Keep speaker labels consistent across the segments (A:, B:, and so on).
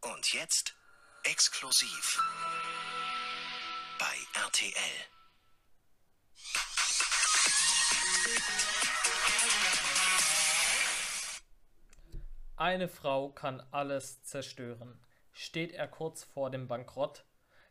A: Und jetzt exklusiv bei RTL.
B: Eine Frau kann alles zerstören. Steht er kurz vor dem Bankrott?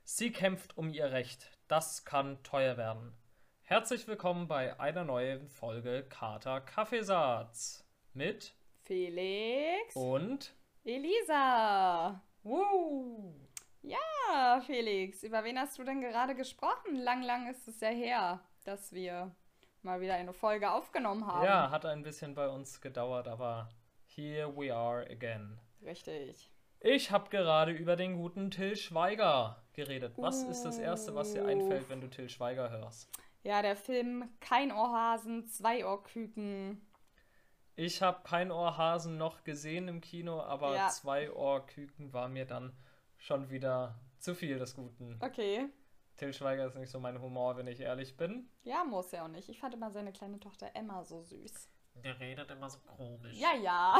B: Sie kämpft um ihr Recht. Das kann teuer werden. Herzlich willkommen bei einer neuen Folge Kater Kaffeesatz mit
C: Felix.
B: und
C: Elisa.
B: Woo.
C: Ja, Felix, über wen hast du denn gerade gesprochen? Lang, lang ist es ja her, dass wir mal wieder eine Folge aufgenommen haben.
B: Ja, hat ein bisschen bei uns gedauert, aber here we are again.
C: Richtig.
B: Ich habe gerade über den guten Till Schweiger geredet. Was ist das Erste, was dir einfällt, wenn du Till Schweiger hörst?
C: Ja, der Film Kein Ohrhasen, zwei Ohrküken.
B: Ich habe Peinohrhasen noch gesehen im Kino, aber
C: Ja.
B: zwei Ohrküken war mir dann schon wieder zu viel des Guten.
C: Okay.
B: Till Schweiger ist nicht so mein Humor, wenn ich ehrlich bin.
C: Ja, muss ja auch nicht. Ich fand immer seine kleine Tochter Emma so süß.
B: Der redet immer so komisch.
C: Ja, ja.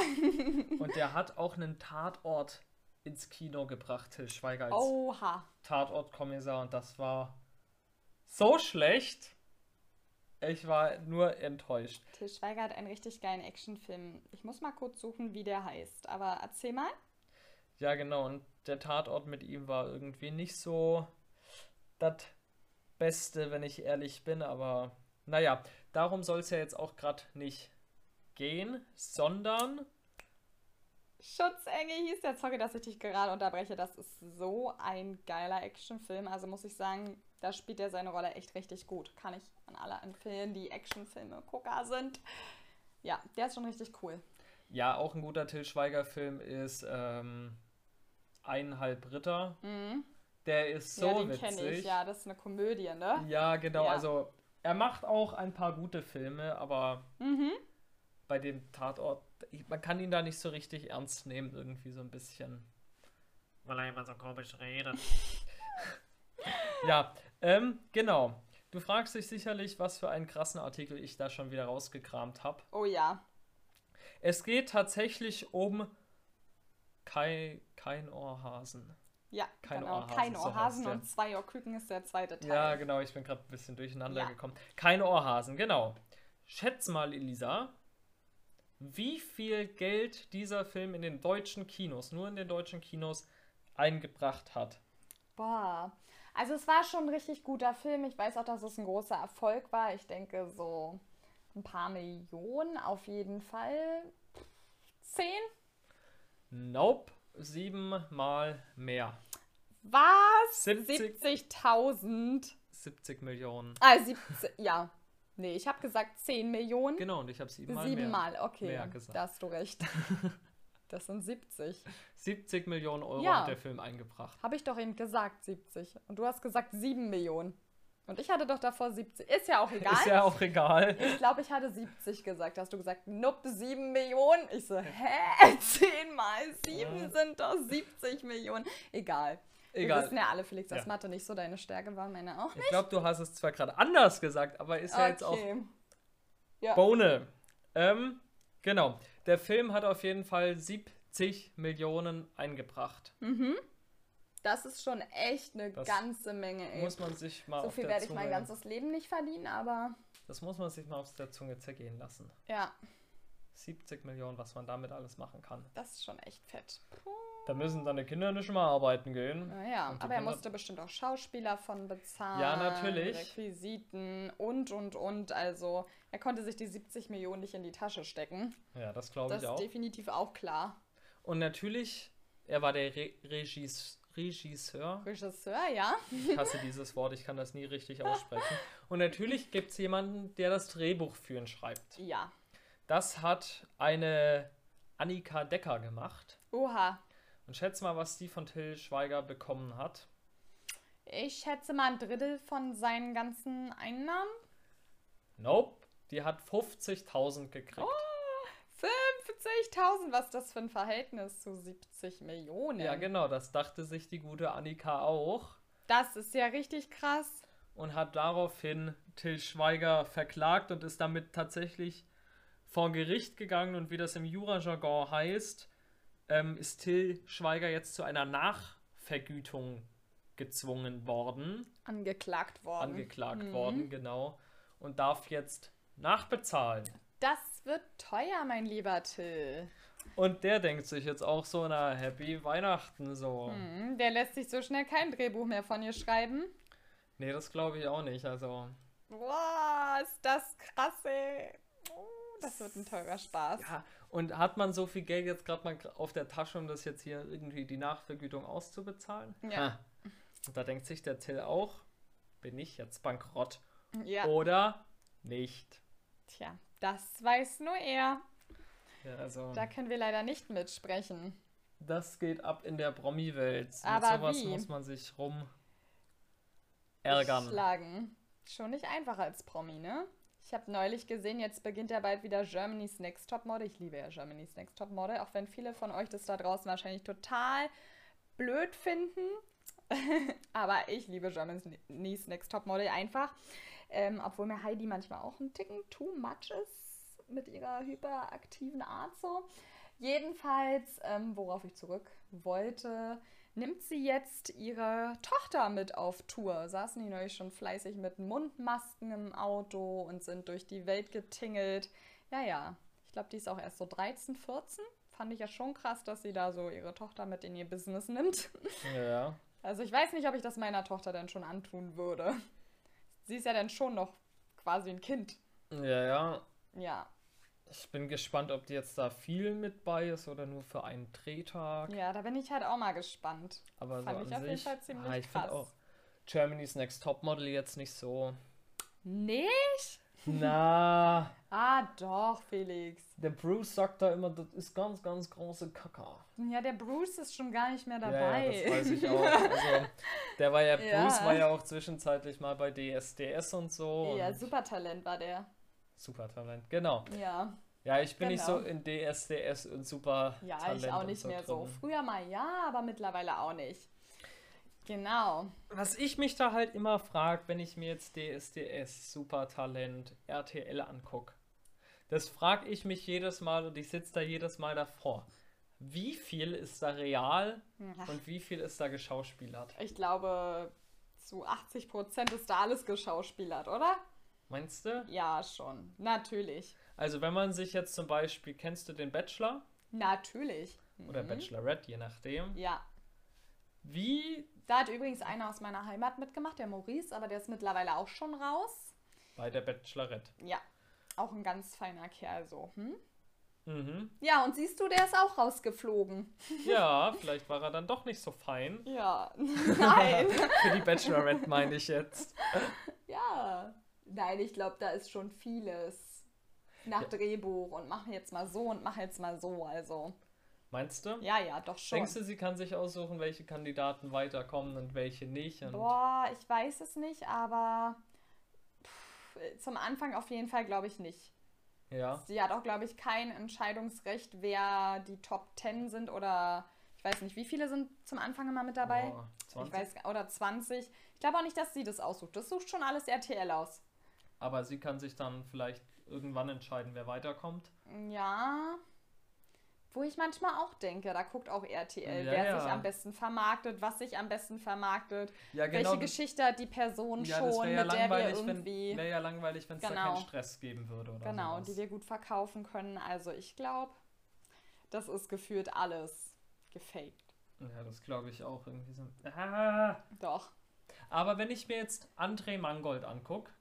B: Und der hat auch einen Tatort ins Kino gebracht, Till Schweiger als
C: Oh. Oha.
B: Tatortkommissar. Und das war so schlecht. Ich war nur enttäuscht.
C: Til Schweiger hat einen richtig geilen Actionfilm. Ich muss mal kurz suchen, wie der heißt. Aber erzähl mal.
B: Ja, genau. Und der Tatort mit ihm war irgendwie nicht so das Beste, wenn ich ehrlich bin. Aber naja, darum soll es ja jetzt auch gerade nicht gehen, sondern
C: Schutzengel hieß der. Sorry, dass ich dich gerade unterbreche. Das ist so ein geiler Actionfilm. Also muss ich sagen, da spielt er seine Rolle echt richtig gut. Kann ich an alle empfehlen, die Actionfilme Gucker sind. Ja, der ist schon richtig cool.
B: ja, auch ein guter Till Schweiger-Film ist ähm, Eineinhalb Ritter. Der ist so
C: Mhm. ja, den
B: witzig.
C: kenne ich. Ja, das ist eine Komödie, ne?
B: Ja, genau.
C: Ja.
B: Also er macht auch ein paar gute Filme, aber
C: Mhm.
B: bei dem Tatort, ich- man kann ihn da nicht so richtig ernst nehmen, irgendwie so ein bisschen.
D: weil er immer so komisch redet.
B: Ja, ähm, genau. Du fragst dich sicherlich, was für einen krassen Artikel ich da schon wieder rausgekramt habe.
C: Oh ja.
B: Es geht tatsächlich um Kai, kein Ohrhasen.
C: Ja,
B: Kein
C: genau.
B: Ohrhasen,
C: Kein
B: so heißt
C: Ohrhasen
B: der.
C: und zwei Ohrküken ist der zweite Teil.
B: Ja, genau, ich bin gerade ein bisschen durcheinander
C: Ja.
B: gekommen. Kein Ohrhasen, genau. Schätz mal, Elisa, wie viel Geld dieser Film in den deutschen Kinos, nur in den deutschen Kinos, eingebracht hat.
C: Boah. Also es war schon ein richtig guter Film. Ich weiß auch, dass es ein großer Erfolg war. Ich denke so ein paar Millionen auf jeden Fall. Zehn?
B: Nope, siebenmal mehr.
C: Was?
B: 70.
C: 70.000.
B: 70 Millionen.
C: Ah, 70, ja. Nee, ich habe gesagt 10 Millionen.
B: Genau, und ich habe siebenmal mehr.
C: Mhm. Siebenmal, okay.
B: mehr gesagt.
C: Da hast du recht. Das sind 70.
B: 70 Millionen Euro
C: Ja.
B: hat der Film eingebracht.
C: Habe ich doch eben gesagt, 70. Und du hast gesagt 7 Millionen. Und ich hatte doch davor 70. Ist ja auch egal.
B: Ist ja auch egal.
C: Ich glaube, ich hatte 70 gesagt. Hast du gesagt, nope, 7 Millionen? Ich so, hä? 10 mal 7 sind doch 70 Millionen. Egal.
B: Egal.
C: Wir wissen ja alle, Felix, dass
B: Ja.
C: Mathe nicht so deine Stärke war, meine auch.
B: Ich glaube, du hast es zwar gerade anders gesagt, aber ist ja jetzt auch Bohne. Ähm, genau. Der Film hat auf jeden Fall 70 Millionen eingebracht.
C: Mhm. Das ist schon echt eine
B: Das
C: ganze Menge, ey.
B: Muss man sich mal
C: So
B: auf
C: viel
B: der
C: werde ich
B: Zunge,
C: mein ganzes Leben nicht verdienen, aber
B: Das muss man sich mal auf der Zunge zergehen lassen.
C: ja,
B: 70 Millionen, was man damit alles machen kann.
C: das ist schon echt fett.
B: Da müssen deine Kinder nicht mal arbeiten gehen.
C: Naja,
B: Und die
C: aber er
B: Kinder-
C: musste bestimmt auch Schauspieler von bezahlen.
B: Ja, natürlich.
C: Requisiten und, und, und. Also, er konnte sich die 70 Millionen nicht in die Tasche stecken.
B: Ja, das glaube
C: Das
B: ich
C: ist
B: auch.
C: definitiv auch klar.
B: Und natürlich, er war der Re Regis Regisseur.
C: Regisseur, ja.
B: Ich hasse dieses Wort, ich kann das nie richtig aussprechen. Und natürlich gibt es jemanden, der das Drehbuch für ihn schreibt.
C: Ja.
B: Das hat eine Annika Decker gemacht.
C: Oha.
B: Und schätz mal, was die von Till Schweiger bekommen hat.
C: Ich schätze mal ein Drittel von seinen ganzen Einnahmen.
B: Nope, die hat 50.000 gekriegt.
C: 50.000, was ist das für ein Verhältnis zu 70 Millionen?
B: ja, genau, das dachte sich die gute Annika auch.
C: Das ist ja richtig krass.
B: Und hat daraufhin Till Schweiger verklagt und ist damit tatsächlich vor Gericht gegangen. Und wie das im Jura-Jargon heißt, ähm, ist Till Schweiger jetzt zu einer Nachvergütung gezwungen worden,
C: Angeklagt worden.
B: angeklagt worden, genau, und darf jetzt nachbezahlen.
C: das wird teuer, mein lieber Till.
B: Und der denkt sich jetzt auch so, na, Happy Weihnachten so.
C: Hm, Der lässt sich so schnell kein Drehbuch mehr von ihr schreiben.
B: Nee, das glaube ich auch nicht. Also,
C: Boah, ist das krass, ey. Oh, das wird ein teurer Spaß.
B: ja. Und hat man so viel Geld jetzt gerade mal gra- auf der Tasche, um das jetzt hier irgendwie die Nachvergütung auszubezahlen?
C: Ja.
B: Ha. Und da denkt sich der Till auch, bin ich jetzt bankrott
C: Ja,
B: Oh. oder nicht?
C: tja, das weiß nur er.
B: Ja, also,
C: Da können wir leider nicht mitsprechen.
B: das geht ab in der Promi-Welt. Mit
C: Aber
B: sowas
C: wie?
B: muss man sich rum ärgern.
C: Schlagen. Schon nicht einfach als Promi, ne? Ich habe neulich gesehen, jetzt beginnt ja bald wieder Germany's Next Top Model. Ich liebe ja Germany's Next Top Model, auch wenn viele von euch das da draußen wahrscheinlich total blöd finden. Aber ich liebe Germany's Next Top Model einfach. Ähm, obwohl mir Heidi manchmal auch ein Ticken too much ist mit ihrer hyperaktiven Art so. Jedenfalls, ähm, worauf ich zurück wollte, nimmt sie jetzt ihre Tochter mit auf Tour. Saßen die neulich schon fleißig mit Mundmasken im Auto und sind durch die Welt getingelt. Ja, ja. Ich glaube, die ist auch erst so 13, 14. Fand ich ja schon krass, dass sie da so ihre Tochter mit in ihr Business nimmt.
B: Ja.
C: Also ich weiß nicht, ob ich das meiner Tochter dann schon antun würde. Sie ist ja dann schon noch quasi ein Kind.
B: ja, ja.
C: Ja,
B: Ich bin gespannt, ob die jetzt da viel mit bei ist oder nur für einen Drehtag.
C: ja, da bin ich halt auch mal gespannt.
B: Aber
C: Fand
B: so
C: ich
B: an
C: auf
B: sich,
C: jeden Fall ziemlich
B: ah, ich find
C: krass.
B: auch Germany's Next Topmodel jetzt nicht so.
C: Nicht?
B: Na,
C: Ah, doch, Felix.
B: der Bruce sagt da immer, das ist ganz, ganz große Kaka.
C: Ja, der Bruce ist schon gar nicht mehr
B: Ja,
C: dabei.
B: ja, das weiß ich auch. Also, der war ja,
C: Ja.
B: Bruce war ja auch zwischenzeitlich mal bei DSDS und so.
C: Ja,
B: und
C: Supertalent war der.
B: Supertalent, genau.
C: Ja.
B: Ja, ich bin nicht so
C: Genau.
B: in DSDS und super
C: Ja, ich auch nicht
B: so
C: mehr so.
B: drin.
C: Früher mal ja, aber mittlerweile auch nicht. Genau.
B: Was ich mich da halt immer frage, wenn ich mir jetzt DSDS, Supertalent, RTL angucke, das frage ich mich jedes Mal und ich sitze da jedes Mal davor. Wie viel ist da real
C: Ja.
B: und wie viel ist da geschauspielert?
C: Ich glaube, zu 80 Prozent ist da alles geschauspielert, oder?
B: Meinst du?
C: Ja, schon. Natürlich.
B: Also wenn man sich jetzt zum Beispiel, kennst du den Bachelor
C: Natürlich. Mhm.
B: oder Bachelorette, je nachdem,
C: Ja.
B: wie,
C: Da hat übrigens einer aus meiner Heimat mitgemacht, der Maurice, aber der ist mittlerweile auch schon raus.
B: bei der Bachelorette.
C: Ja. Auch ein ganz feiner Kerl so. Hm?
B: Mhm.
C: Ja, und siehst du, der ist auch rausgeflogen.
B: Ja, vielleicht war er dann doch nicht so fein.
C: Ja. Nein.
B: Für die Bachelorette meine ich jetzt.
C: Ja. Nein, ich glaube, da ist schon vieles nach Drehbuch und mach jetzt mal so und mach jetzt mal so. Also,
B: Meinst du?
C: ja, ja, doch schon.
B: Denkst du, sie kann sich aussuchen, welche Kandidaten weiterkommen und welche nicht? Und
C: Boah, ich weiß es nicht, aber pff, zum Anfang auf jeden Fall glaube ich nicht.
B: ja.
C: Sie hat auch, glaube ich, kein Entscheidungsrecht, wer die Top 10 sind oder ich weiß nicht, wie viele sind zum Anfang immer mit dabei?
B: Boah,
C: Ich
B: 20.
C: weiß, gar- oder 20. Ich glaube auch nicht, dass sie das aussucht. Das sucht schon alles RTL aus.
B: Aber sie kann sich dann vielleicht irgendwann entscheiden, wer weiterkommt.
C: Ja. Wo ich manchmal auch denke, da guckt auch RTL,
B: Ja,
C: wer
B: ja.
C: sich am besten vermarktet, was sich am besten vermarktet,
B: Ja, genau,
C: welche Geschichte hat die Person schon, mit der wir irgendwie.
B: Wäre ja langweilig, wenn es da
C: Genau.
B: keinen Stress geben würde. Oder
C: Genau,
B: sowas.
C: die wir gut verkaufen können. Also ich glaube, das ist gefühlt alles gefaked.
B: Ja, das glaube ich auch irgendwie so. Ah!
C: Doch.
B: Aber wenn ich mir jetzt André Mangold angucke,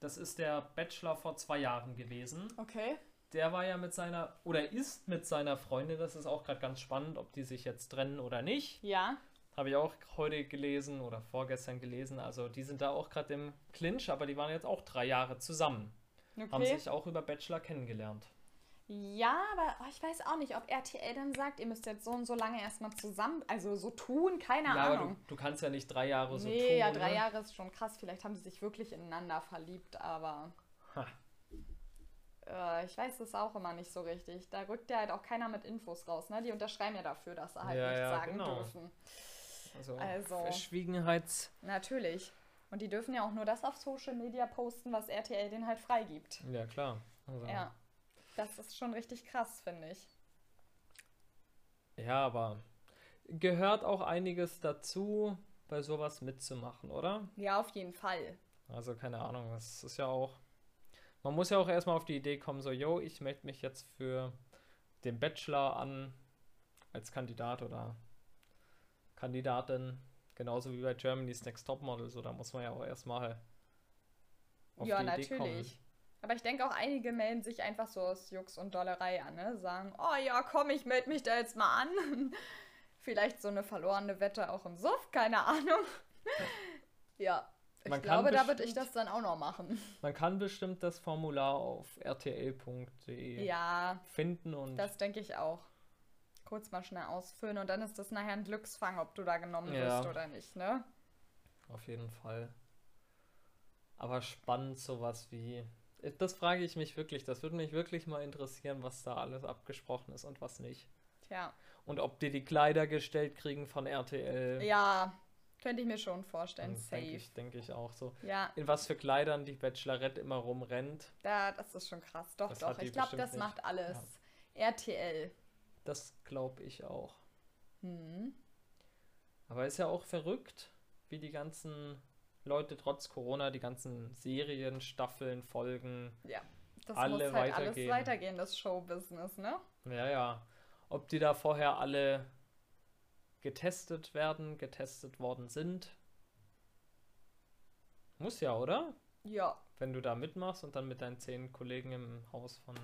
B: das ist der Bachelor vor zwei Jahren gewesen.
C: Okay.
B: der war ja mit seiner oder ist mit seiner Freundin, das ist auch gerade ganz spannend, ob die sich jetzt trennen oder nicht.
C: Ja.
B: Habe ich auch heute gelesen oder vorgestern gelesen. Also die sind da auch gerade im Clinch, aber die waren jetzt auch drei Jahre zusammen. Haben
C: Okay.
B: sich auch über Bachelor kennengelernt.
C: Ja, aber oh, ich weiß auch nicht, ob RTL dann sagt, ihr müsst jetzt so und so lange erstmal zusammen, also so tun, keine
B: ja, aber du,
C: Ahnung.
B: du kannst ja nicht drei Jahre so
C: genau. nee,
B: tun.
C: ja, drei
B: ne?
C: Jahre ist schon krass. Vielleicht haben sie sich wirklich ineinander verliebt, aber
B: Ha.
C: äh, ich weiß es auch immer nicht so richtig. Da rückt ja halt auch keiner mit Infos raus, ne? Die unterschreiben ja dafür, dass sie halt
B: Ja,
C: nichts
B: ja,
C: sagen
B: genau.
C: dürfen.
B: Also,
C: Also.
B: Verschwiegenheits.
C: Natürlich. Und die dürfen ja auch nur das auf Social Media posten, was RTL den halt freigibt.
B: Ja, klar. Also,
C: Ja. Das ist schon richtig krass, finde ich.
B: Ja, aber gehört auch einiges dazu, bei sowas mitzumachen, oder?
C: Ja, auf jeden Fall.
B: Also keine Ahnung, das ist ja auch. Man muss ja auch erstmal auf die Idee kommen, so, yo, ich melde mich jetzt für den Bachelor an als Kandidat oder Kandidatin. Genauso wie bei Germany's Next Topmodel. So, da muss man ja auch erstmal auf
C: ja,
B: die
C: natürlich.
B: Idee kommen.
C: Aber ich denke auch, einige melden sich einfach so aus Jux und Dollerei an, ne? Sagen, oh ja, komm, ich melde mich da jetzt mal an. Vielleicht so eine verlorene Wette auch im Suff, keine Ahnung. ja, ich
B: Man kann
C: glaube, da würde ich
B: bestimmt-
C: das dann auch noch machen.
B: Man kann bestimmt das Formular auf rtl.de
C: Ja,
B: E finden und
C: das denke ich auch. Kurz mal schnell ausfüllen und dann ist das nachher ein Glücksfang, ob du da genommen
B: Ja.
C: wirst oder nicht, ne?
B: auf jeden Fall. Aber spannend sowas wie. äh, Das frage ich mich wirklich. Das würde mich wirklich mal interessieren, was da alles abgesprochen ist und was nicht.
C: Tja,
B: Und ob die die Kleider gestellt kriegen von RTL.
C: ja, könnte ich mir schon vorstellen.
B: Das
C: Safe.
B: Also, denke ich, denke ich auch so.
C: Ja,
B: In was für Kleidern die Bachelorette immer rumrennt,
C: da, das ist schon krass. Doch,
B: Das
C: doch.
B: hat die
C: Ich glaube,
B: bestimmt
C: das
B: nicht.
C: macht alles. RTL.
B: das glaube ich auch.
C: Hm.
B: Aber ist ja auch verrückt, wie die ganzen Leute trotz Corona, die ganzen Serien, Staffeln, Folgen,
C: Ja, das
B: Alle
C: muss halt
B: weitergehen.
C: alles weitergehen, das Showbusiness, ne?
B: Ja, ja. Ob die da vorher alle getestet werden, getestet worden sind. Muss ja, oder?
C: Ja,
B: Wenn du da mitmachst und dann mit deinen zehn Kollegen im Haus von,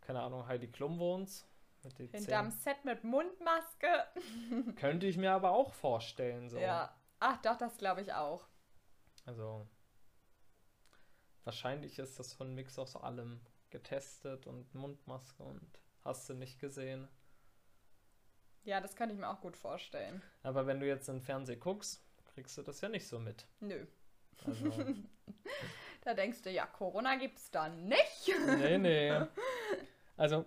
B: keine Ahnung, Heidi Klum wohnst. Mit den
C: hinterm
B: zehn.
C: Set mit Mundmaske.
B: Könnte ich mir aber auch vorstellen, so.
C: Ja. Ach doch, das glaube ich auch.
B: Also, wahrscheinlich ist das so ein Mix aus allem. Getestet und Mundmaske und hast du nicht gesehen.
C: Ja, das könnte ich mir auch gut vorstellen.
B: Aber wenn du jetzt in den Fernsehen guckst, kriegst du das ja nicht so mit.
C: Nö.
B: Also,
C: Da denkst du, ja, Corona gibt's da nicht.
B: nee, nee. Also,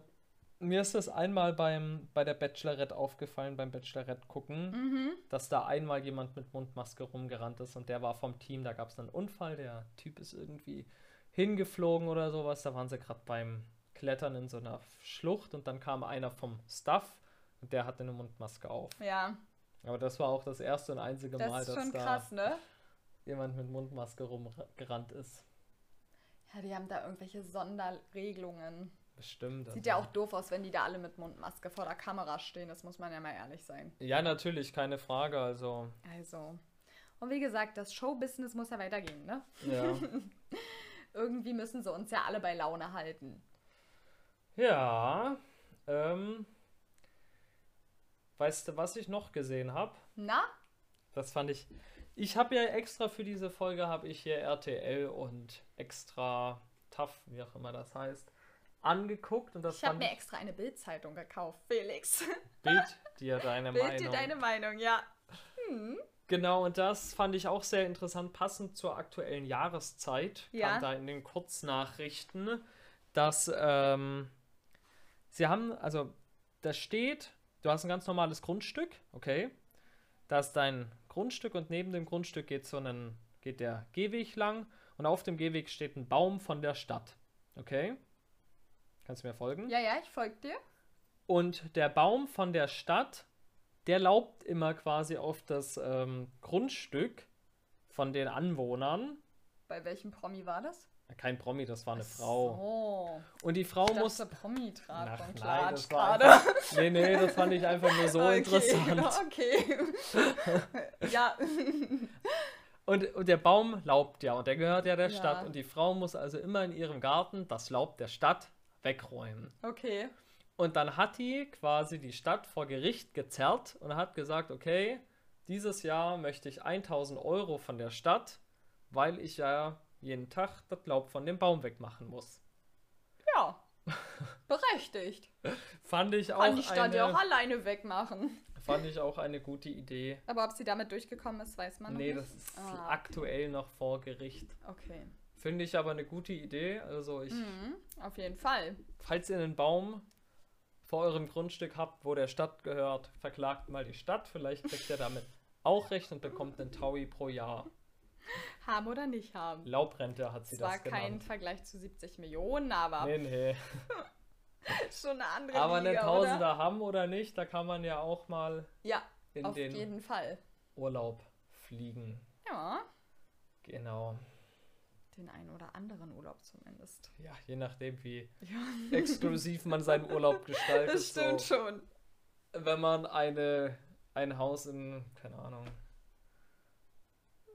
B: mir ist das einmal beim, bei der Bachelorette aufgefallen, beim Bachelorette gucken,
C: Mhm.
B: dass da einmal jemand mit Mundmaske rumgerannt ist und der war vom Team, da gab es einen Unfall, der Typ ist irgendwie hingeflogen oder sowas, da waren sie gerade beim Klettern in so einer Schlucht und dann kam einer vom Staff und der hatte eine Mundmaske auf.
C: Ja, Aber
B: Aber das war auch das erste und einzige
C: das
B: Mal,
C: ist
B: dass
C: schon
B: da
C: krass, ne?
B: jemand mit Mundmaske rumgerannt ist.
C: Ja, die haben da irgendwelche Sonderregelungen.
B: Bestimmt. also-
C: Sieht ja auch doof aus, wenn die da alle mit Mundmaske vor der Kamera stehen, das muss man ja mal ehrlich sein.
B: Ja, natürlich, keine Frage. Also,
C: Also. Und wie gesagt, das Showbusiness muss ja weitergehen, ne?
B: ja.
C: Irgendwie müssen sie uns ja alle bei Laune halten.
B: ja. Ähm, weißt du, was ich noch gesehen habe?
C: Na?
B: Das fand ich. Ich habe ja extra für diese Folge habe ich hier RTL und extra tough, wie auch immer das heißt, angeguckt und das
C: Ich habe
B: fand
C: mir
B: ich
C: extra eine Bildzeitung gekauft, Felix.
B: Bild dir deine
C: Bild dir
B: Meinung.
C: deine Meinung, ja.
B: Genau, und das fand ich auch sehr interessant, passend zur aktuellen Jahreszeit,
C: Ja.
B: kam da in den Kurznachrichten, dass ähm, sie haben, also da steht, du hast ein ganz normales Grundstück, okay, da ist dein Grundstück und neben dem Grundstück geht so ein, geht der Gehweg lang und auf dem Gehweg steht ein Baum von der Stadt, okay? Kannst du mir folgen?
C: Ja, ja, ich folge dir.
B: Und der Baum von der Stadt, der laubt immer quasi auf das ähm, Grundstück von den Anwohnern.
C: Bei welchem Promi war das?
B: Kein Promi, das war eine Frau.
C: Oh.
B: Und die Frau
C: Ich
B: muss.
C: musste Promi tragen.
B: Ach,
C: vom
B: nein,
C: Klatsch
B: das war
C: gerade.
B: einfach, nee, nee, das fand ich einfach nur so
C: okay, genau.
B: interessant.
C: Okay. ja.
B: Und, und der Baum laubt ja und der gehört ja der
C: Ja.
B: Stadt. Und die Frau muss also immer in ihrem Garten das Laub der Stadt wegräumen.
C: Okay.
B: Und dann hat die quasi die Stadt vor Gericht gezerrt und hat gesagt, okay, dieses Jahr möchte ich 1000 Euro von der Stadt, weil ich ja jeden Tag das Laub von dem Baum wegmachen muss.
C: Ja. Berechtigt.
B: Fand ich auch,
C: Kann die Stadt
B: eine,
C: ja auch alleine wegmachen.
B: fand ich auch eine gute Idee.
C: Aber ob sie damit durchgekommen ist, weiß man
B: Nee,
C: noch
B: das
C: nicht.
B: ist
C: Ah.
B: aktuell noch vor Gericht.
C: Okay.
B: Finde ich aber eine gute Idee. Also ich,
C: Mhm, auf jeden Fall.
B: falls ihr einen Baum vor eurem Grundstück habt, wo der Stadt gehört, verklagt mal die Stadt. Vielleicht kriegt ihr damit auch recht und bekommt einen Taui pro Jahr.
C: Haben oder nicht haben.
B: Laubrente hat sie
C: Es war
B: das
C: kein
B: genannt.
C: Vergleich zu 70 Millionen, aber
B: Nee, nee.
C: Schon eine andere
B: Aber
C: Liga,
B: eine Tausender
C: oder?
B: haben oder nicht, da kann man ja auch mal
C: Ja,
B: in
C: auf
B: den
C: jeden Fall.
B: Urlaub fliegen.
C: Ja,
B: Genau.
C: den einen oder anderen Urlaub zumindest.
B: Ja, je nachdem, wie
C: Ja,
B: exklusiv man seinen Urlaub gestaltet.
C: das stimmt
B: so.
C: schon.
B: Wenn man eine, ein Haus in, keine Ahnung,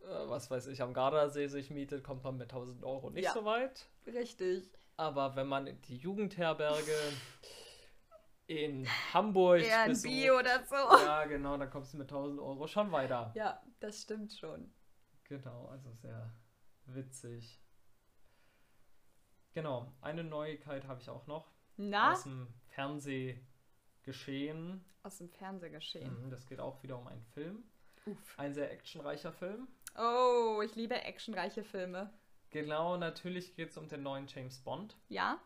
B: äh, was weiß ich, am Gardasee sich mietet, kommt man mit 1000 Euro nicht
C: Ja.
B: so weit.
C: Richtig.
B: Aber wenn man in die Jugendherberge in Hamburg
C: Airbnb
B: besucht,
C: oder so.
B: ja genau, dann kommst du mit 1000 Euro schon weiter.
C: Ja, das stimmt schon.
B: Genau, also sehr witzig. Genau, eine Neuigkeit habe ich auch noch
C: Na,
B: aus dem Fernsehgeschehen.
C: aus dem Fernsehen geschehen.
B: Mhm, Das geht auch wieder um einen Film.
C: Uff.
B: Ein sehr actionreicher Film.
C: Oh, ich liebe actionreiche Filme.
B: Genau, natürlich geht es um den neuen James Bond.
C: Ja,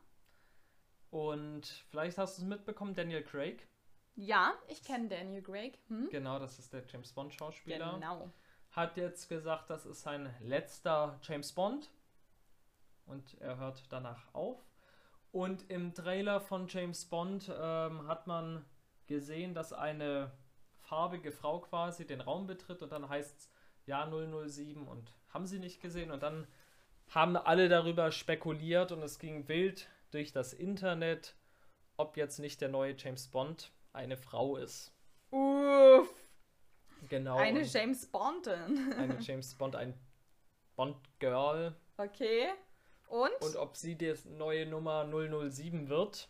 B: Und vielleicht hast du es mitbekommen, Daniel Craig.
C: Mhm. ja, ich kenne Daniel Craig. Hm?
B: Genau, das ist der James Bond-Schauspieler.
C: Genau.
B: Hat jetzt gesagt, das ist sein letzter James Bond. Und er hört danach auf. Und im Trailer von James Bond ähm, hat man gesehen, dass eine farbige Frau quasi den Raum betritt und dann heißt es ja 007 und haben sie nicht gesehen und dann haben alle darüber spekuliert und es ging wild durch das Internet, ob jetzt nicht der neue James Bond eine Frau ist.
C: Uff,
B: Genau.
C: eine
B: und
C: James Bondin.
B: eine James Bond, ein Bond Girl
C: Okay. Und?
B: und ob sie die neue Nummer 007 wird.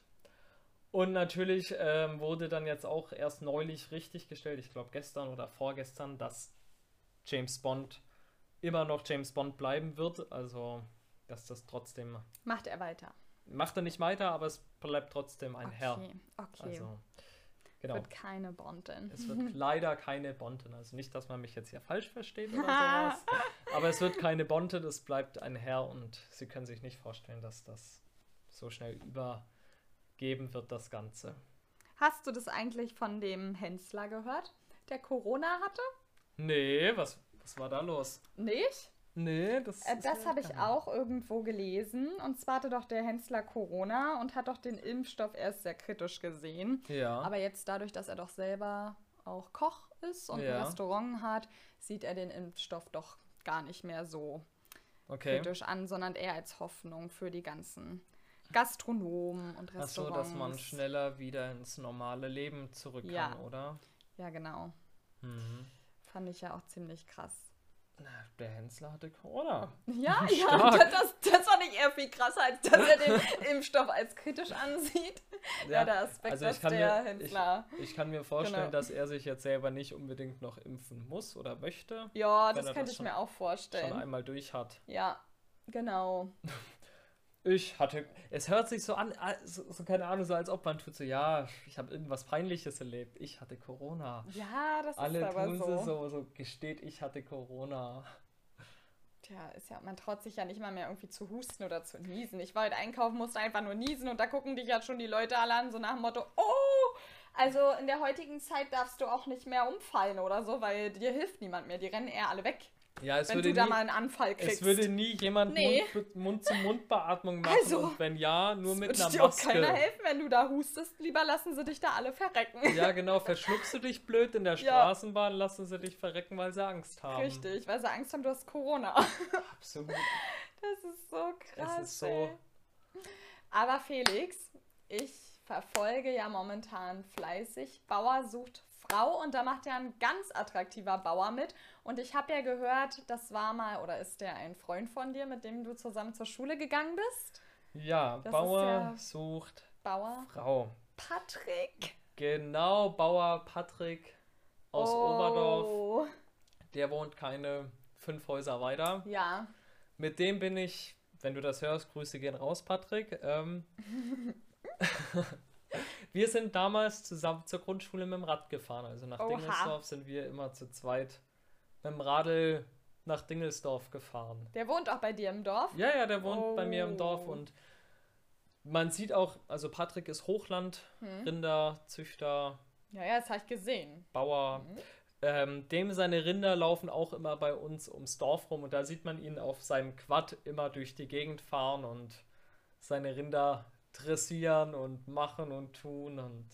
B: Und natürlich ähm, wurde dann jetzt auch erst neulich richtiggestellt, ich glaube gestern oder vorgestern, dass James Bond immer noch James Bond bleiben wird. Also, dass das trotzdem.
C: Macht er weiter.
B: Macht er nicht weiter, aber es bleibt trotzdem ein Herr.
C: Okay, okay.
B: Also, genau.
C: Wird keine Bondin.
B: Es wird leider keine Bonten. Also nicht, dass man mich jetzt hier falsch versteht oder sowas. Aber es wird keine Bonten, es bleibt ein Herr und Sie können sich nicht vorstellen, dass das so schnell übergeben wird, das Ganze.
C: Hast du das eigentlich von dem Hensler gehört, der Corona hatte?
B: Nee, was, was war da los?
C: Nicht?
B: Nee, das
C: Äh,
B: ist
C: das
B: mir
C: habe ich
B: entgangen.
C: auch irgendwo gelesen. Und zwar hatte doch der Hensler Corona und hat doch den Impfstoff erst sehr kritisch gesehen.
B: Ja.
C: Aber jetzt dadurch, dass er doch selber auch Koch ist und ein
B: Ja.
C: Restaurant hat, sieht er den Impfstoff doch gar nicht mehr so
B: okay.
C: kritisch an, sondern eher als Hoffnung für die ganzen Gastronomen und
B: Ach
C: Restaurants.
B: so, dass man schneller wieder ins normale Leben zurück
C: Ja.
B: kann, oder?
C: Ja, genau.
B: Mhm.
C: Fand ich ja auch ziemlich krass.
B: Na, Der Hensler hatte Corona.
C: Ja, ja,
B: Stark.
C: das, das, das fand ich eher viel krasser, als dass er den Impfstoff als kritisch ansieht. Ja, der Aspekt,
B: also ich
C: dass
B: kann
C: der
B: mir- ich-
C: Hensler.
B: Ich kann mir vorstellen,
C: Genau.
B: dass er sich jetzt selber nicht unbedingt noch impfen muss oder möchte.
C: ja,
B: wenn
C: das
B: er
C: könnte
B: das
C: ich
B: schon-
C: mir auch
B: schon
C: vorstellen.
B: einmal durch hat.
C: Ja, genau.
B: Ich hatte. Es hört sich so an, a- so, so keine Ahnung, so als ob man tut so, ja, ich habe irgendwas Peinliches erlebt. Ich hatte Corona.
C: Ja, das ist
B: Alle
C: aber
B: tun
C: so.
B: sie so, so gesteht, ich hatte Corona.
C: Tja, ist ja, man traut sich ja nicht mal mehr irgendwie zu husten oder zu niesen. Ich war heute einkaufen, musste einfach nur niesen und da gucken dich ja schon die Leute alle an, so nach dem Motto, oh, also in der heutigen Zeit darfst du auch nicht mehr umfallen oder so, weil dir hilft niemand mehr. Die rennen eher alle weg,
B: Ja, es
C: wenn
B: würde
C: du da
B: nie,
C: mal einen Anfall kriegst.
B: es würde nie jemand
C: Nee.
B: Mund-zu-Mund-Beatmung machen.
C: Also,
B: und wenn ja, nur mit
C: Würde
B: einer
C: dir auch keiner
B: Maske.
C: helfen, wenn du da hustest. Lieber lassen sie dich da alle verrecken.
B: Ja, genau, verschluckst du dich blöd in der Straßenbahn, lassen sie dich verrecken, weil sie Angst haben.
C: Richtig, weil sie Angst haben, du hast Corona.
B: Absolut.
C: Das ist so krass.
B: es ist so.
C: ey. Aber Felix, ich verfolge ja momentan fleißig Bauer sucht Frau und da macht ja ein ganz attraktiver Bauer mit. Und ich habe ja gehört, das war mal oder ist der ein Freund von dir, mit dem du zusammen zur Schule gegangen bist?
B: Ja,
C: Das ist
B: Bauer
C: ja-
B: sucht
C: Bauer
B: Frau.
C: Patrick
B: Genau, Bauer Patrick aus Oberdorf.
C: Oh,
B: Der wohnt keine fünf Häuser weiter.
C: Ja,
B: Mit dem bin ich, wenn du das hörst, Grüße gehen raus, Patrick. Ähm, wir sind damals zusammen zur Grundschule mit dem Rad gefahren. Also nach
C: Oha.
B: Dingelsdorf sind wir immer zu zweit mit dem Radl nach Dingelsdorf gefahren.
C: der wohnt auch bei dir im Dorf.
B: Ja, ja, der wohnt bei mir im Dorf
C: Oh.
B: und man sieht auch, also Patrick ist Hochland,
C: Hm.
B: Rinder, Züchter,
C: Ja, ja, das habe ich gesehen.
B: Bauer.
C: Mhm.
B: Ähm, dem seine Rinder laufen auch immer bei uns ums Dorf rum und da sieht man ihn auf seinem Quad immer durch die Gegend fahren und seine Rinder dressieren und machen und tun und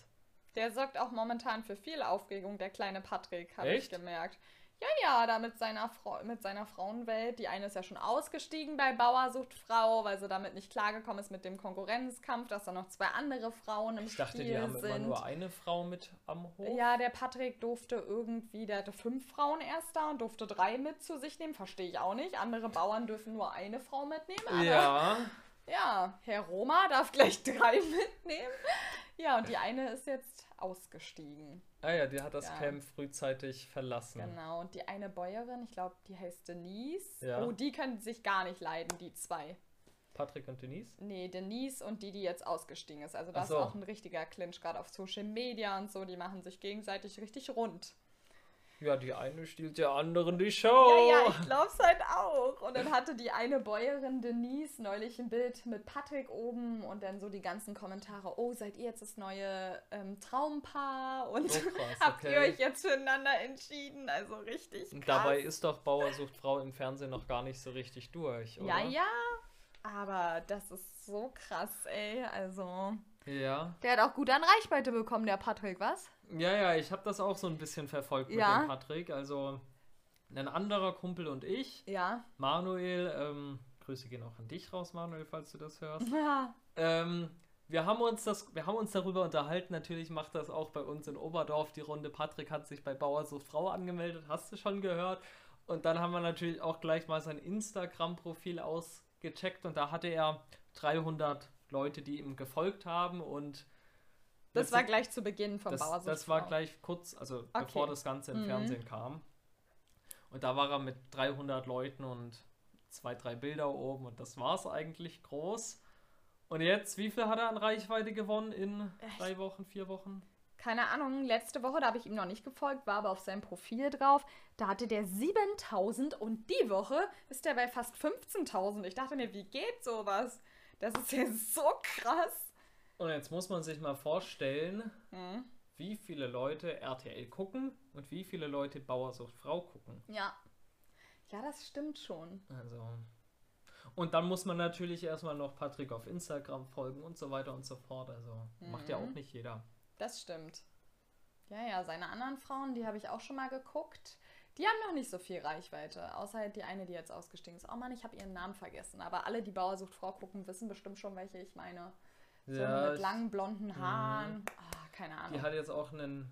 C: Der sorgt auch momentan für viel Aufregung, der kleine Patrick, habe ich
B: Echt?
C: gemerkt. Ja, ja, da mit seiner, Frau, mit seiner Frauenwelt. Die eine ist ja schon ausgestiegen bei Bauer sucht Frau, weil sie damit nicht klargekommen ist mit dem Konkurrenzkampf, dass da noch zwei andere Frauen im
B: ich dachte,
C: Spiel
B: die haben
C: sind.
B: immer nur eine Frau mit am Hof.
C: Ja, der Patrick durfte irgendwie, der hatte fünf Frauen erst da und durfte drei mit zu sich nehmen. Verstehe ich auch nicht. Andere Bauern dürfen nur eine Frau mitnehmen. Aber ja.
B: Ja,
C: ja, Herr Roma darf gleich drei mitnehmen. Ja, und die eine ist jetzt ausgestiegen.
B: ah ja, die hat das
C: Ja.
B: Camp frühzeitig verlassen.
C: Genau. Und die eine Bäuerin, ich glaube, die heißt Denise.
B: Ja.
C: Oh, die können sich gar nicht leiden, die zwei.
B: Patrick und Denise?
C: Nee, Denise und die, die jetzt ausgestiegen ist. Also
B: Ach
C: da
B: so.
C: ist auch ein richtiger Clinch, gerade auf Social Media und so. Die machen sich gegenseitig richtig rund.
B: Ja, die eine stiehlt der anderen die Show.
C: Ja, ja, ich glaub's halt auch. Und dann hatte die eine Bäuerin Denise neulich ein Bild mit Patrick oben und dann so die ganzen Kommentare, oh, seid ihr jetzt das neue ähm, Traumpaar und
B: Oh, krass,
C: habt ihr
B: okay.
C: euch jetzt füreinander entschieden? Also richtig krass.
B: Und dabei ist doch Bauer sucht Frau im Fernsehen noch gar nicht so richtig durch, oder?
C: ja, ja, aber das ist so krass, ey. Also,
B: Ja,
C: der hat auch gut an Reichweite bekommen, der Patrick, was?
B: ja, ja ich habe das auch so ein bisschen verfolgt
C: Ja.
B: mit dem Patrick. Also ein anderer Kumpel und ich,
C: Ja.
B: Manuel, ähm, Grüße gehen auch an dich raus, Manuel, falls du das hörst.
C: Ja,
B: Ähm, wir haben uns das, wir haben uns darüber unterhalten. Natürlich macht das auch bei uns in Oberdorf die Runde. Patrick hat sich bei Bauer sucht Frau angemeldet, hast du schon gehört. Und dann haben wir natürlich auch gleich mal sein Instagram-Profil ausgecheckt und da hatte er 300 Leute, die ihm gefolgt haben und
C: das war gleich zu Beginn vom
B: das,
C: Bauer. sucht
B: das war
C: Frau.
B: gleich kurz, also
C: Okay.
B: bevor das Ganze im
C: Mhm.
B: Fernsehen kam. Und da war er mit 300 Leuten und zwei, drei Bilder oben und das war's eigentlich groß. Und jetzt, wie viel hat er an Reichweite gewonnen in drei Wochen, vier Wochen?
C: keine Ahnung, letzte Woche, da habe ich ihm noch nicht gefolgt, war aber auf seinem Profil drauf. Da hatte der 7000 und die Woche ist er bei fast 15.000. Ich dachte mir, wie geht sowas? Das ist ja so krass. Hm.
B: Und jetzt muss man sich mal vorstellen, wie viele Leute RTL gucken und wie viele Leute Bauer sucht Frau gucken.
C: Ja. Ja, das stimmt schon.
B: Also. Und dann muss man natürlich erstmal noch Patrick auf Instagram folgen und so weiter und so fort. Also macht
C: Mhm.
B: ja auch nicht jeder.
C: Das stimmt. Ja, ja, seine anderen Frauen, die habe ich auch schon mal geguckt. Die haben noch nicht so viel Reichweite, außer halt die eine, die jetzt ausgestiegen ist. Oh Mann, ich habe ihren Namen vergessen. Aber alle, die Bauer sucht Frau gucken, wissen bestimmt schon, welche ich meine. So
B: Ja,
C: mit
B: ich- Mhm.
C: langen blonden Haaren. Ah, keine Ahnung.
B: Die hat jetzt auch einen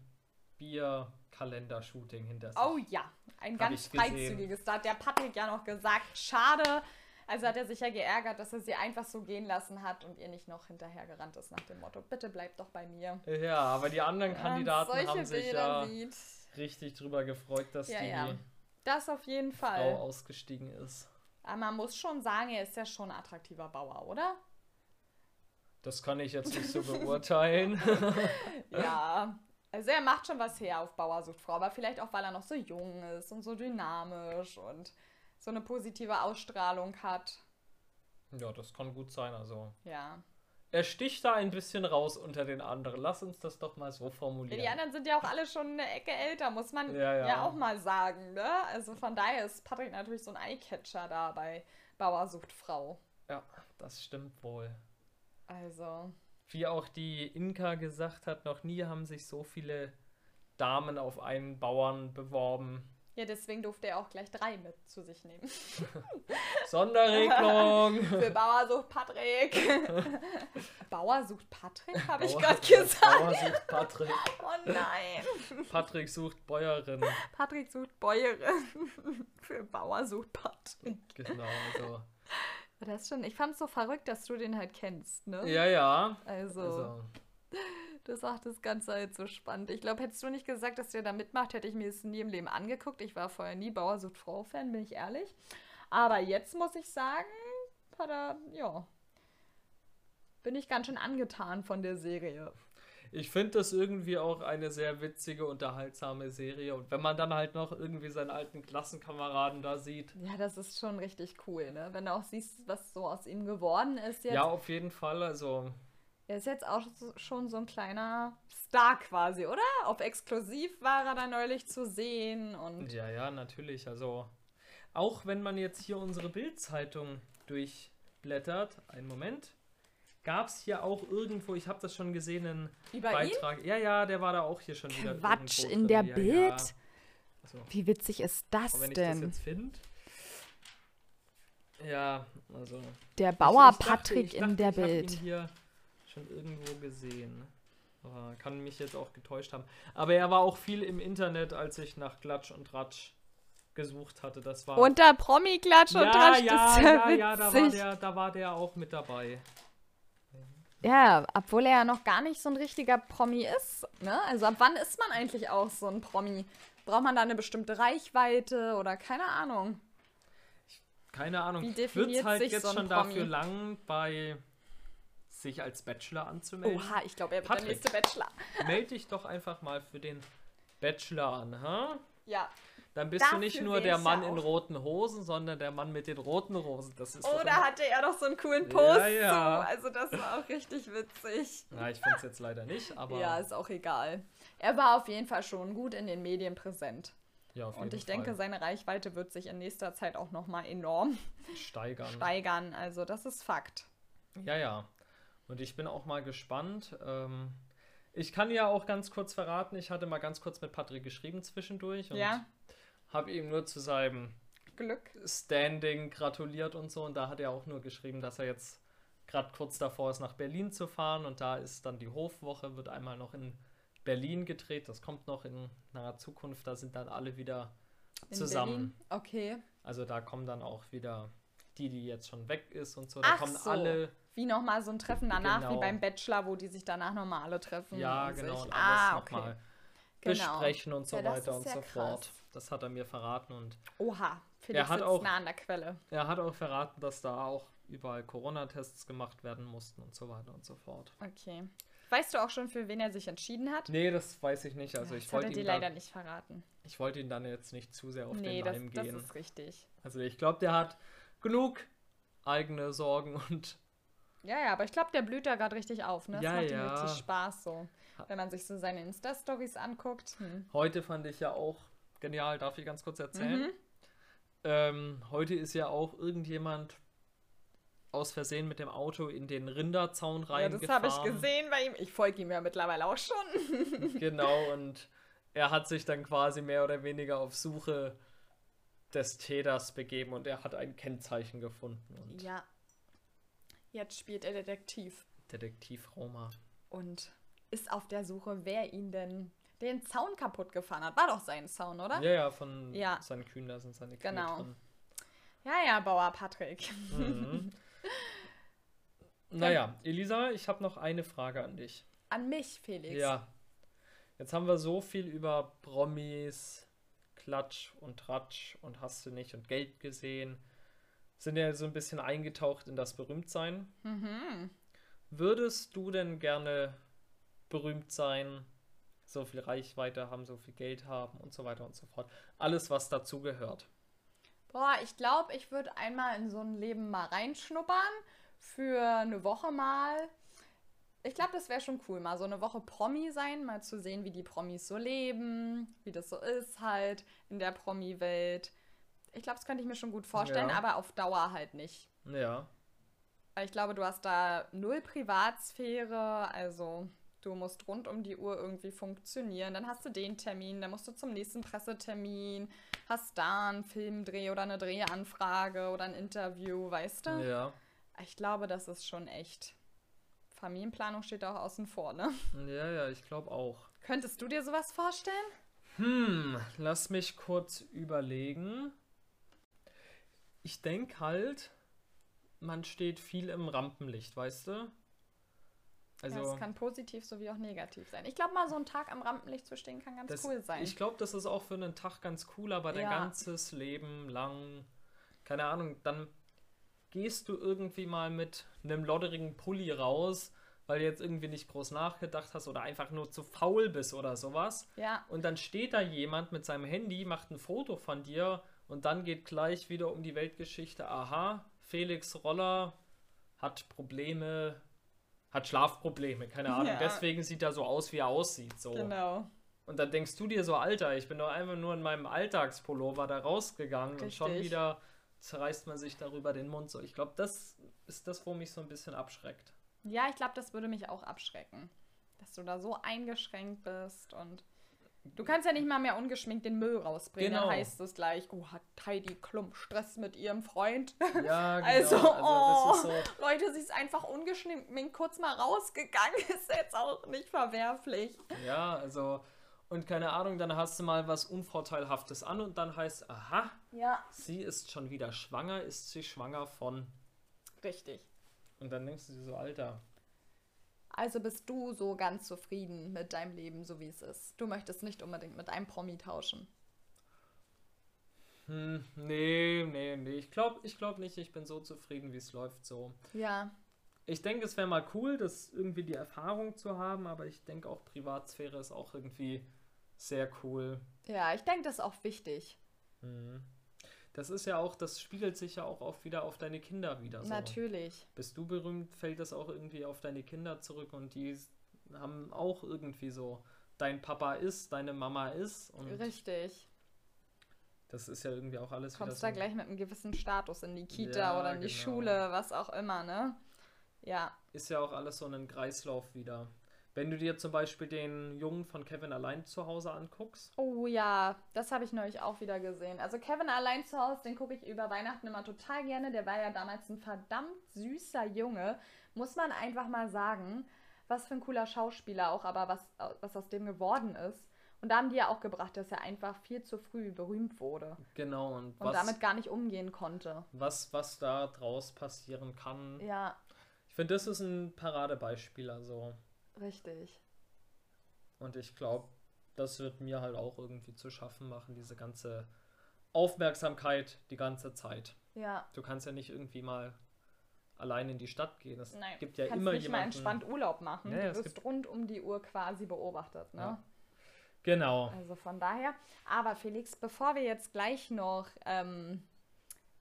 B: Bierkalender-Shooting hinter sich.
C: Oh ja, ein
B: Hab
C: ganz
B: ich gesehen.
C: freizügiges. Da hat der Patrick ja noch gesagt, schade. Also hat er sich ja geärgert, dass er sie einfach so gehen lassen hat und ihr nicht noch hinterhergerannt ist nach dem Motto, bitte bleib doch bei mir.
B: Ja, aber die anderen
C: Wenn man
B: Kandidaten
C: solche
B: haben sich
C: Bilder
B: ja
C: sieht.
B: richtig drüber gefreut, dass
C: Ja,
B: die
C: ja. Das auf jeden
B: Frau
C: Fall.
B: ausgestiegen ist.
C: Aber man muss schon sagen, er ist ja schon ein attraktiver Bauer, oder?
B: Das kann ich jetzt nicht so beurteilen.
C: Ja. Also er macht schon was her auf Bauer sucht Frau, aber vielleicht auch, weil er noch so jung ist und so dynamisch und so eine positive Ausstrahlung hat.
B: ja, das kann gut sein. Also
C: Ja.
B: er sticht da ein bisschen raus unter den anderen. Lass uns das doch mal so
C: Ja,
B: formulieren.
C: die anderen sind ja auch alle schon eine Ecke älter, muss man
B: Ja,
C: ja,
B: ja.
C: auch mal sagen, ne? Also von daher ist Patrick natürlich so ein Eyecatcher da bei Bauer sucht Frau.
B: ja, das stimmt wohl.
C: Also,
B: Wie auch die Inka gesagt hat, noch nie haben sich so viele Damen auf einen Bauern beworben.
C: ja, deswegen durfte er auch gleich drei mit zu sich nehmen.
B: Sonderregelung!
C: Für Bauer sucht Patrick. Bauer sucht Patrick, habe ich
B: Bauer-
C: gerade gesagt.
B: Bauer sucht Patrick.
C: Oh nein.
B: Patrick sucht Bäuerin.
C: Patrick sucht Bäuerin. Für Bauer sucht Patrick.
B: Genau, so.
C: Das ist schon, ich fand's so verrückt, dass du den halt kennst, ne?
B: Ja, ja.
C: Also.
B: Also,
C: Das macht das Ganze halt so spannend. Ich glaube, hättest du nicht gesagt, dass der da mitmacht, hätte ich mir es nie im Leben angeguckt. Ich war vorher nie Bauer sucht Frau-Fan, bin ich ehrlich. Aber jetzt muss ich sagen, hat er, ja, bin ich ganz schön angetan von der Serie.
B: ich finde das irgendwie auch eine sehr witzige, unterhaltsame Serie. Und wenn man dann halt noch irgendwie seinen alten Klassenkameraden da sieht.
C: Ja, das ist schon richtig cool, ne? Wenn du auch siehst, was so aus ihm geworden ist jetzt.
B: Ja, auf jeden Fall. Also,
C: Er ist jetzt auch so, schon so ein kleiner Star quasi, oder? Ob exklusiv war er da neulich zu sehen und
B: ja, ja, natürlich. Also, auch wenn man jetzt hier unsere Bildzeitung durchblättert, einen Moment, Gab es hier auch irgendwo, ich habe das schon gesehen, einen
E: Über
B: Beitrag. Ja, ja, der war da auch hier schon wieder.
C: Quatsch,
B: irgendwo
C: in
B: drin.
C: der
B: ja,
C: Bild?
B: Ja. Achso.
C: Wie witzig ist das
B: Aber wenn ich das
C: denn?
B: jetzt finde. Ja, also. ich-
C: Der Bauer
B: ich dachte-
C: Patrick
B: ich dachte,
C: in der
B: ich hab
C: Bild.
B: Ihn hier schon irgendwo gesehen. Aber kann mich jetzt auch getäuscht haben. Aber er war auch viel im Internet, als ich nach Klatsch und Ratsch gesucht hatte. Das war.
C: Unter Promi-Klatsch und
B: ja,
C: Tratsch, das
B: ja,
C: ist ja,
B: ja,
C: witzig.
B: ja, da war, der, da war der auch mit dabei.
C: Ja, obwohl er ja noch gar nicht so ein richtiger Promi ist. Ne? Also ab wann ist man eigentlich auch so ein Promi? Braucht man da eine bestimmte Reichweite oder keine Ahnung?
B: Keine Ahnung.
C: Wie
B: Wird's
C: definiert
B: halt
C: sich
B: jetzt
C: so ein
B: schon
C: Promi?
B: dafür lang, bei sich als Bachelor anzumelden?
C: Oha, ich glaube, er wird
B: Patrick.
C: der nächste Bachelor.
B: Meld dich doch einfach mal für den Bachelor an, ha?
E: Ja.
B: Dann bist du
C: Dafür
B: nicht nur
C: wär
B: der
C: ich
B: Mann
C: ja
B: in
C: auch.
B: roten Hosen, sondern der Mann mit den roten Rosen. Das ist doch
E: Oh, da
B: immer-
E: hatte er doch so einen coolen
B: Ja,
E: Post
B: ja.
E: zu. Also das war auch richtig witzig.
B: Na, ich finde es jetzt leider nicht, aber
C: Ja, ist auch egal. Er war auf jeden Fall schon gut in den Medien präsent.
B: ja, auf
C: Und
B: jeden
C: ich denke,
B: Fall Mhm.
C: seine Reichweite wird sich in nächster Zeit auch nochmal enorm
B: steigern.
C: steigern. Also das ist Fakt.
B: Ja, ja. Und ich bin auch mal gespannt. Ähm, ich kann ja auch ganz kurz verraten, ich hatte mal ganz kurz mit Patrick geschrieben zwischendurch und
C: Ja.
B: habe ihm nur zu seinem
C: Glück.
B: Standing gratuliert und so. Und da hat er auch nur geschrieben, dass er jetzt gerade kurz davor ist, nach Berlin zu fahren. Und da ist dann die Hofwoche, wird einmal noch in Berlin gedreht. Das kommt noch in naher Zukunft. Da sind dann alle wieder
C: In
B: zusammen.
C: Berlin. Okay.
B: Also da kommen dann auch wieder die, die jetzt schon weg ist und so. Da
C: Ach
B: kommen
C: so.
B: alle.
C: Wie nochmal so ein Treffen danach, wie
B: Genau.
C: beim Bachelor, wo die sich danach nochmal alle treffen.
B: Ja,
C: und
B: genau.
C: Sich,
B: Und
C: ah,
B: alles
C: okay.
B: nochmal
C: Genau.
B: besprechen und so
C: Ja, das
B: weiter
C: ist
B: und
C: ja
B: so
C: krass.
B: fort. Das hat er mir verraten und
C: Oha, Felix
B: Er hat
C: sitzt
B: auch-
C: nah an der Quelle.
B: er hat auch verraten, dass da auch überall Corona-Tests gemacht werden mussten und so weiter und so fort.
C: Okay. Weißt du auch schon, für wen er sich entschieden hat?
B: Nee, das weiß ich nicht. Also
C: das
B: ich
C: hat
B: wollte
C: er dir
B: ihm da
C: leider nicht verraten.
B: Ich wollte ihn dann jetzt nicht zu sehr auf
C: nee,
B: den
C: das,
B: Leim
C: das
B: gehen.
C: ist richtig.
B: Also ich glaube, der hat genug eigene Sorgen und
C: Ja, ja, aber ich glaube, der blüht da gerade richtig auf. Ne? Das
B: Ja,
C: macht ihm
B: ja.
C: richtig Spaß so. Wenn man sich so seine Insta-Stories anguckt. Hm.
B: heute fand ich ja auch genial, darf ich ganz kurz
C: Mhm.
B: erzählen. Ähm, heute ist ja auch irgendjemand aus Versehen mit dem Auto in den Rinderzaun
C: Ja,
B: reingefahren.
C: das habe ich gesehen bei ihm. Ich folge ihm ja mittlerweile auch schon.
B: Genau, und er hat sich dann quasi mehr oder weniger auf Suche des Täters begeben und er hat ein Kennzeichen gefunden. Und
C: Ja. Jetzt spielt er Detektiv
B: Detektiv Roma.
C: und ist auf der Suche, wer ihn denn den Zaun kaputt gefahren hat. War doch sein Zaun, oder?
B: Ja, ja, von
C: Ja.
B: seinen Kühen, da sind seine Kühe
C: Genau.
B: drin.
C: Ja, ja, Bauer Patrick.
B: Mhm. naja, Elisa, ich habe noch eine Frage an dich.
C: An mich, Felix.
B: Ja. Jetzt haben wir so viel über Promis, Klatsch und Tratsch und hast du nicht und Geld gesehen. Sind ja so ein bisschen eingetaucht in das Berühmtsein. Würdest du denn gerne berühmt sein, so viel Reichweite haben, so viel Geld haben und so weiter und so fort? Alles, was dazugehört.
C: Boah, ich glaube, ich würde einmal in so ein Leben mal reinschnuppern. Für eine Woche mal. Ich glaube, das wäre schon cool, mal so eine Woche Promi sein, mal zu sehen, wie die Promis so leben, wie das so ist halt in der Promi-Welt. Ich glaube, das könnte ich mir schon gut vorstellen,
B: Ja.
C: aber auf Dauer halt nicht.
B: Ja.
C: Weil ich glaube, du hast da null Privatsphäre, also du musst rund um die Uhr irgendwie funktionieren. Dann hast du den Termin, dann musst du zum nächsten Pressetermin, hast da einen Filmdreh oder eine Drehanfrage oder ein Interview, weißt du?
B: Ja.
C: Ich glaube, das ist schon echt. Familienplanung steht auch außen vor, ne?
B: Ja, ja, ich glaube auch.
C: Könntest du dir sowas vorstellen?
B: Hm, lass mich kurz überlegen. Ich denke halt, man steht viel im Rampenlicht, weißt du? Also,
C: ja, es kann positiv sowie auch negativ sein. Ich glaube mal, so ein Tag am Rampenlicht zu stehen kann ganz
B: das,
C: cool sein.
B: ich glaube, das ist auch für einen Tag ganz cool, aber dein
C: Ja.
B: ganzes Leben lang, keine Ahnung, dann gehst du irgendwie mal mit einem lodderigen Pulli raus, weil du jetzt irgendwie nicht groß nachgedacht hast oder einfach nur zu faul bist oder sowas.
C: ja,
B: Und dann steht da jemand mit seinem Handy, macht ein Foto von dir und dann geht gleich wieder um die Weltgeschichte. Aha, Felix Roller hat Probleme, hat Schlafprobleme, keine Ahnung.
C: Ja.
B: Deswegen sieht er so aus, wie er aussieht. So.
C: genau.
B: Und dann denkst du dir so, Alter, ich bin doch einfach nur in meinem Alltagspullover da rausgegangen und schon
C: Richtig.
B: wieder zerreißt man sich darüber den Mund. So, ich glaube, das ist das, wo mich so ein bisschen abschreckt.
C: Ja, ich glaube, das würde mich auch abschrecken. Dass du da so eingeschränkt bist und. Du kannst ja nicht mal mehr ungeschminkt den Müll rausbringen.
B: Genau.
C: Dann heißt es gleich, oh, hat Heidi Klum Stress mit ihrem Freund.
B: Ja, genau.
C: Also,
B: also das ist so.
C: Leute, sie ist einfach ungeschminkt kurz mal rausgegangen. Ist jetzt auch nicht verwerflich.
B: Ja, also. Und keine Ahnung, dann hast du mal was Unvorteilhaftes an und dann heißt, aha,
C: Ja.
B: sie ist schon wieder schwanger, ist sie schwanger von.
C: Richtig.
B: Und dann denkst du dir so, Alter.
C: Also bist du so ganz zufrieden mit deinem Leben, so wie es ist. Du möchtest nicht unbedingt mit einem Promi tauschen.
B: Hm, nee, nee, nee. Ich glaube ich glaub nicht, ich bin so zufrieden, wie es läuft so.
C: Ja.
B: Ich denke, es wäre mal cool, das irgendwie die Erfahrung zu haben, aber ich denke auch, Privatsphäre ist auch irgendwie sehr cool.
C: Ja, ich denke, das ist auch wichtig.
B: Das ist ja auch, das spiegelt sich ja auch auf, wieder auf deine Kinder wieder. So.
C: Natürlich.
B: Bist du berühmt, fällt das auch irgendwie auf deine Kinder zurück und die s- haben auch irgendwie so, dein Papa ist, deine Mama ist und
C: Richtig.
B: das ist ja irgendwie auch alles
C: Kommst
B: wieder
C: da
B: so.
C: gleich mit einem gewissen Status in die Kita
B: Ja,
C: oder in die
B: genau.
C: Schule, was auch immer, ne? Ja.
B: Ist ja auch alles so ein Kreislauf wieder. Wenn du dir zum Beispiel den Jungen von Kevin allein zu Hause anguckst,
C: Oh ja, das habe ich neulich auch wieder gesehen. Also Kevin allein zu Hause, den gucke ich über Weihnachten immer total gerne. Der war ja damals ein verdammt süßer Junge, muss man einfach mal sagen. Was für ein cooler Schauspieler auch, aber was, was aus dem geworden ist. Und da haben die ja auch gebracht, dass er einfach viel zu früh berühmt wurde
B: genau, und
C: und
B: was,
C: damit gar nicht umgehen konnte.
B: was, was da draus passieren kann.
C: Ja,
B: Ich finde, das ist ein Paradebeispiel, also.
C: richtig.
B: Und ich glaube, das wird mir halt auch irgendwie zu schaffen machen, diese ganze Aufmerksamkeit die ganze Zeit.
C: Ja.
B: Du kannst ja nicht irgendwie mal allein in die Stadt gehen. Es
C: Nein,
B: gibt ja
C: kannst
B: immer
C: nicht mal
B: jemanden.
C: entspannt um- Urlaub machen.
B: Ja, ja, es
C: du wirst rund um die Uhr quasi beobachtet, ne?
B: Ja. Genau.
C: Also von daher. Aber Felix, bevor wir jetzt gleich noch, ähm,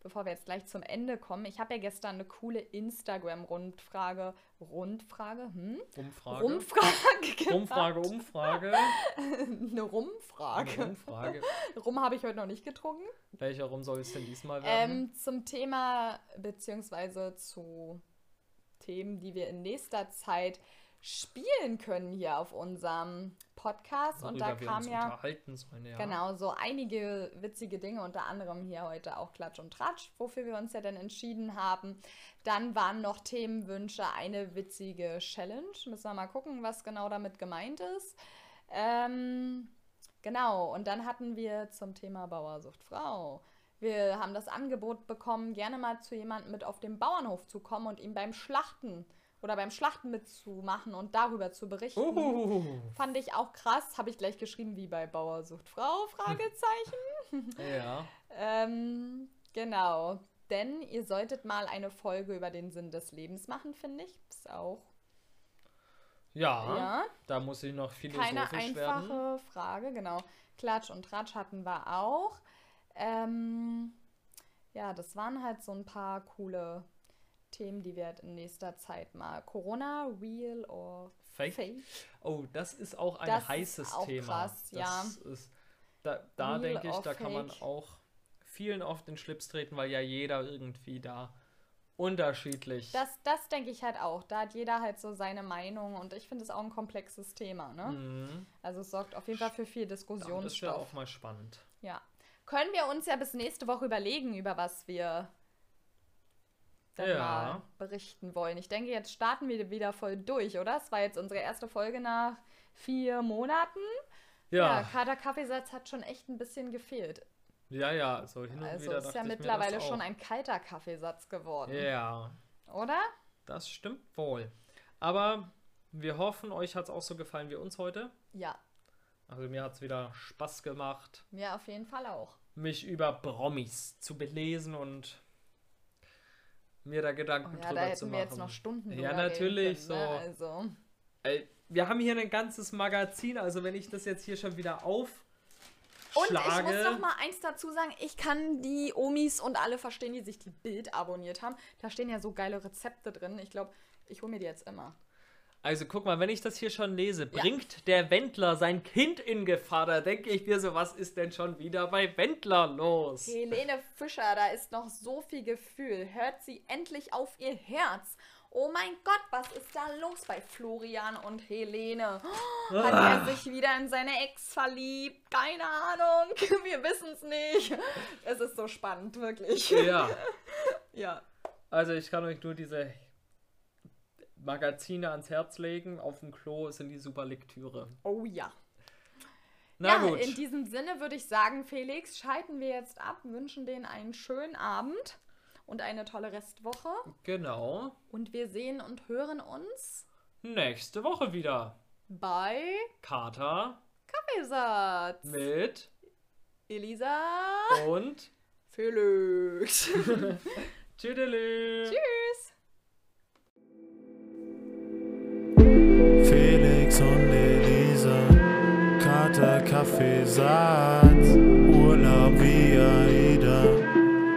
C: bevor wir jetzt gleich zum Ende kommen, ich habe ja gestern eine coole Instagram-Rundfrage, Rundfrage, hm?
B: Umfrage.
C: Rumfrage, gemacht.
B: Umfrage, Umfrage.
C: eine
B: Eine
C: Rumfrage.
B: Umfrage.
C: Rum habe ich heute noch nicht getrunken.
B: Welcher rum soll es denn diesmal werden?
C: Ähm, zum Thema beziehungsweise zu Themen, die wir in nächster Zeit spielen können hier auf unserem Podcast. Und da
B: Worüber wir
C: kam
B: uns
C: ja
B: unterhalten sollen, ja.
C: Genau, so einige witzige Dinge, unter anderem hier heute auch Klatsch und Tratsch, wofür wir uns ja dann entschieden haben. Dann waren noch Themenwünsche, eine witzige Challenge. Müssen wir mal gucken, was genau damit gemeint ist. Ähm, genau, und dann hatten wir zum Thema Bauer sucht Frau. Wir haben das Angebot bekommen, gerne mal zu jemandem mit auf den Bauernhof zu kommen und ihm beim Schlachten oder beim Schlachten mitzumachen und darüber zu berichten.
B: Uhuhu.
C: Fand ich auch krass, habe ich gleich geschrieben, wie bei Bauer sucht Frau, Fragezeichen.
B: Ja.
C: ähm, genau. Denn ihr solltet mal eine Folge über den Sinn des Lebens machen, finde ich. Ist auch
B: ja.
C: Ja.
B: Da muss ich noch philosophisch
C: keine einfache
B: werden.
C: Frage, genau. Klatsch und Tratsch hatten wir auch. Ähm, ja, das waren halt so ein paar coole Themen, die wir halt in nächster Zeit mal. Corona, real or
B: Fake.
C: fake?
B: Oh, das ist auch ein
C: Das ist
B: heißes
C: auch
B: Thema.
C: krass,
B: das ist, da da
C: Real
B: denke ich,
C: or
B: da kann man
C: fake?
B: auch vielen auf den Schlips treten, weil ja jeder irgendwie da unterschiedlich.
C: Das, das denke ich halt auch. Da hat jeder halt so seine Meinung und ich finde es auch ein komplexes Thema. Ne?
B: Mhm.
C: Also es sorgt auf jeden Fall für viel
B: Damit ist ja auch
C: Diskussionsstoff.
B: mal spannend.
C: Ja. Können wir uns ja bis nächste Woche überlegen, über was wir dann
B: Ja.
C: mal berichten wollen. Ich denke, jetzt starten wir wieder voll durch, oder? Es war jetzt unsere erste Folge nach vier Monaten.
B: Ja, ja,
C: Kader Kaffeesatz hat schon echt ein bisschen gefehlt.
B: ja, ja so hin und
C: Also
B: wieder.
C: ist
B: dachte
C: ja
B: ich mir das
C: mittlerweile schon
B: auch.
C: ein kalter Kaffeesatz geworden,
B: Ja,
C: oder?
B: das stimmt wohl. Aber wir hoffen, euch hat es auch so gefallen wie uns heute.
C: Ja,
B: Also mir hat es wieder Spaß gemacht,
C: mir auf jeden Fall auch.
B: mich über Promis zu belesen und mir da Gedanken
C: Oh ja,
B: drüber
C: da
B: zu
C: hätten
B: machen.
C: wir jetzt noch Stunden
B: Ja,
C: drüber reden
B: natürlich,
C: können, ne?
B: so.
C: Also,
B: Ey, wir haben hier ein ganzes Magazin, also wenn ich das jetzt hier schon wieder
C: und ich
B: aufschlage.
C: muss noch mal eins dazu sagen, ich kann die Omis und alle verstehen, die sich die Bild abonniert haben. Da stehen ja so geile Rezepte drin. Ich glaube, ich hole mir die jetzt immer.
B: also guck mal, wenn ich das hier schon lese, bringt der Wendler sein Kind in Gefahr. Da denke ich mir so, was ist denn schon wieder bei Wendler los?
C: Helene Fischer, da ist noch so viel Gefühl. Hört sie endlich auf ihr Herz Oh mein Gott, was ist da los bei Florian und Helene? Hat er sich wieder in seine Ex verliebt? Keine Ahnung, wir wissen es nicht. Es ist so spannend, wirklich.
B: Ja.
C: Ja.
B: Also ich kann euch nur diese Magazine ans Herz legen. Auf dem Klo sind die super Lektüre.
C: Oh ja.
B: Na
F: ja,
B: gut.
F: in diesem Sinne würde ich sagen, Felix, schalten wir jetzt ab, wünschen denen einen schönen Abend und eine tolle Restwoche.
B: Genau.
F: Und wir sehen und hören uns
B: Nächste Woche wieder.
F: bei
B: Kater
F: Kaffeesatz.
B: mit
F: Elisa
B: und
F: Felix.
B: Tschüdelü.
F: Tschüss.
G: Felix und Elisa, Kater, Kaffeesatz, Urlaub wie Aida,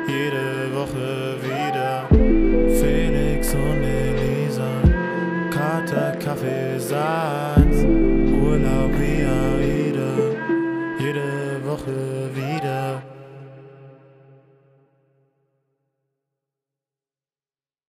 G: jede Woche wieder. Felix und Elisa, Kater, Kaffeesatz, Urlaub wie Aida, jede Woche wieder.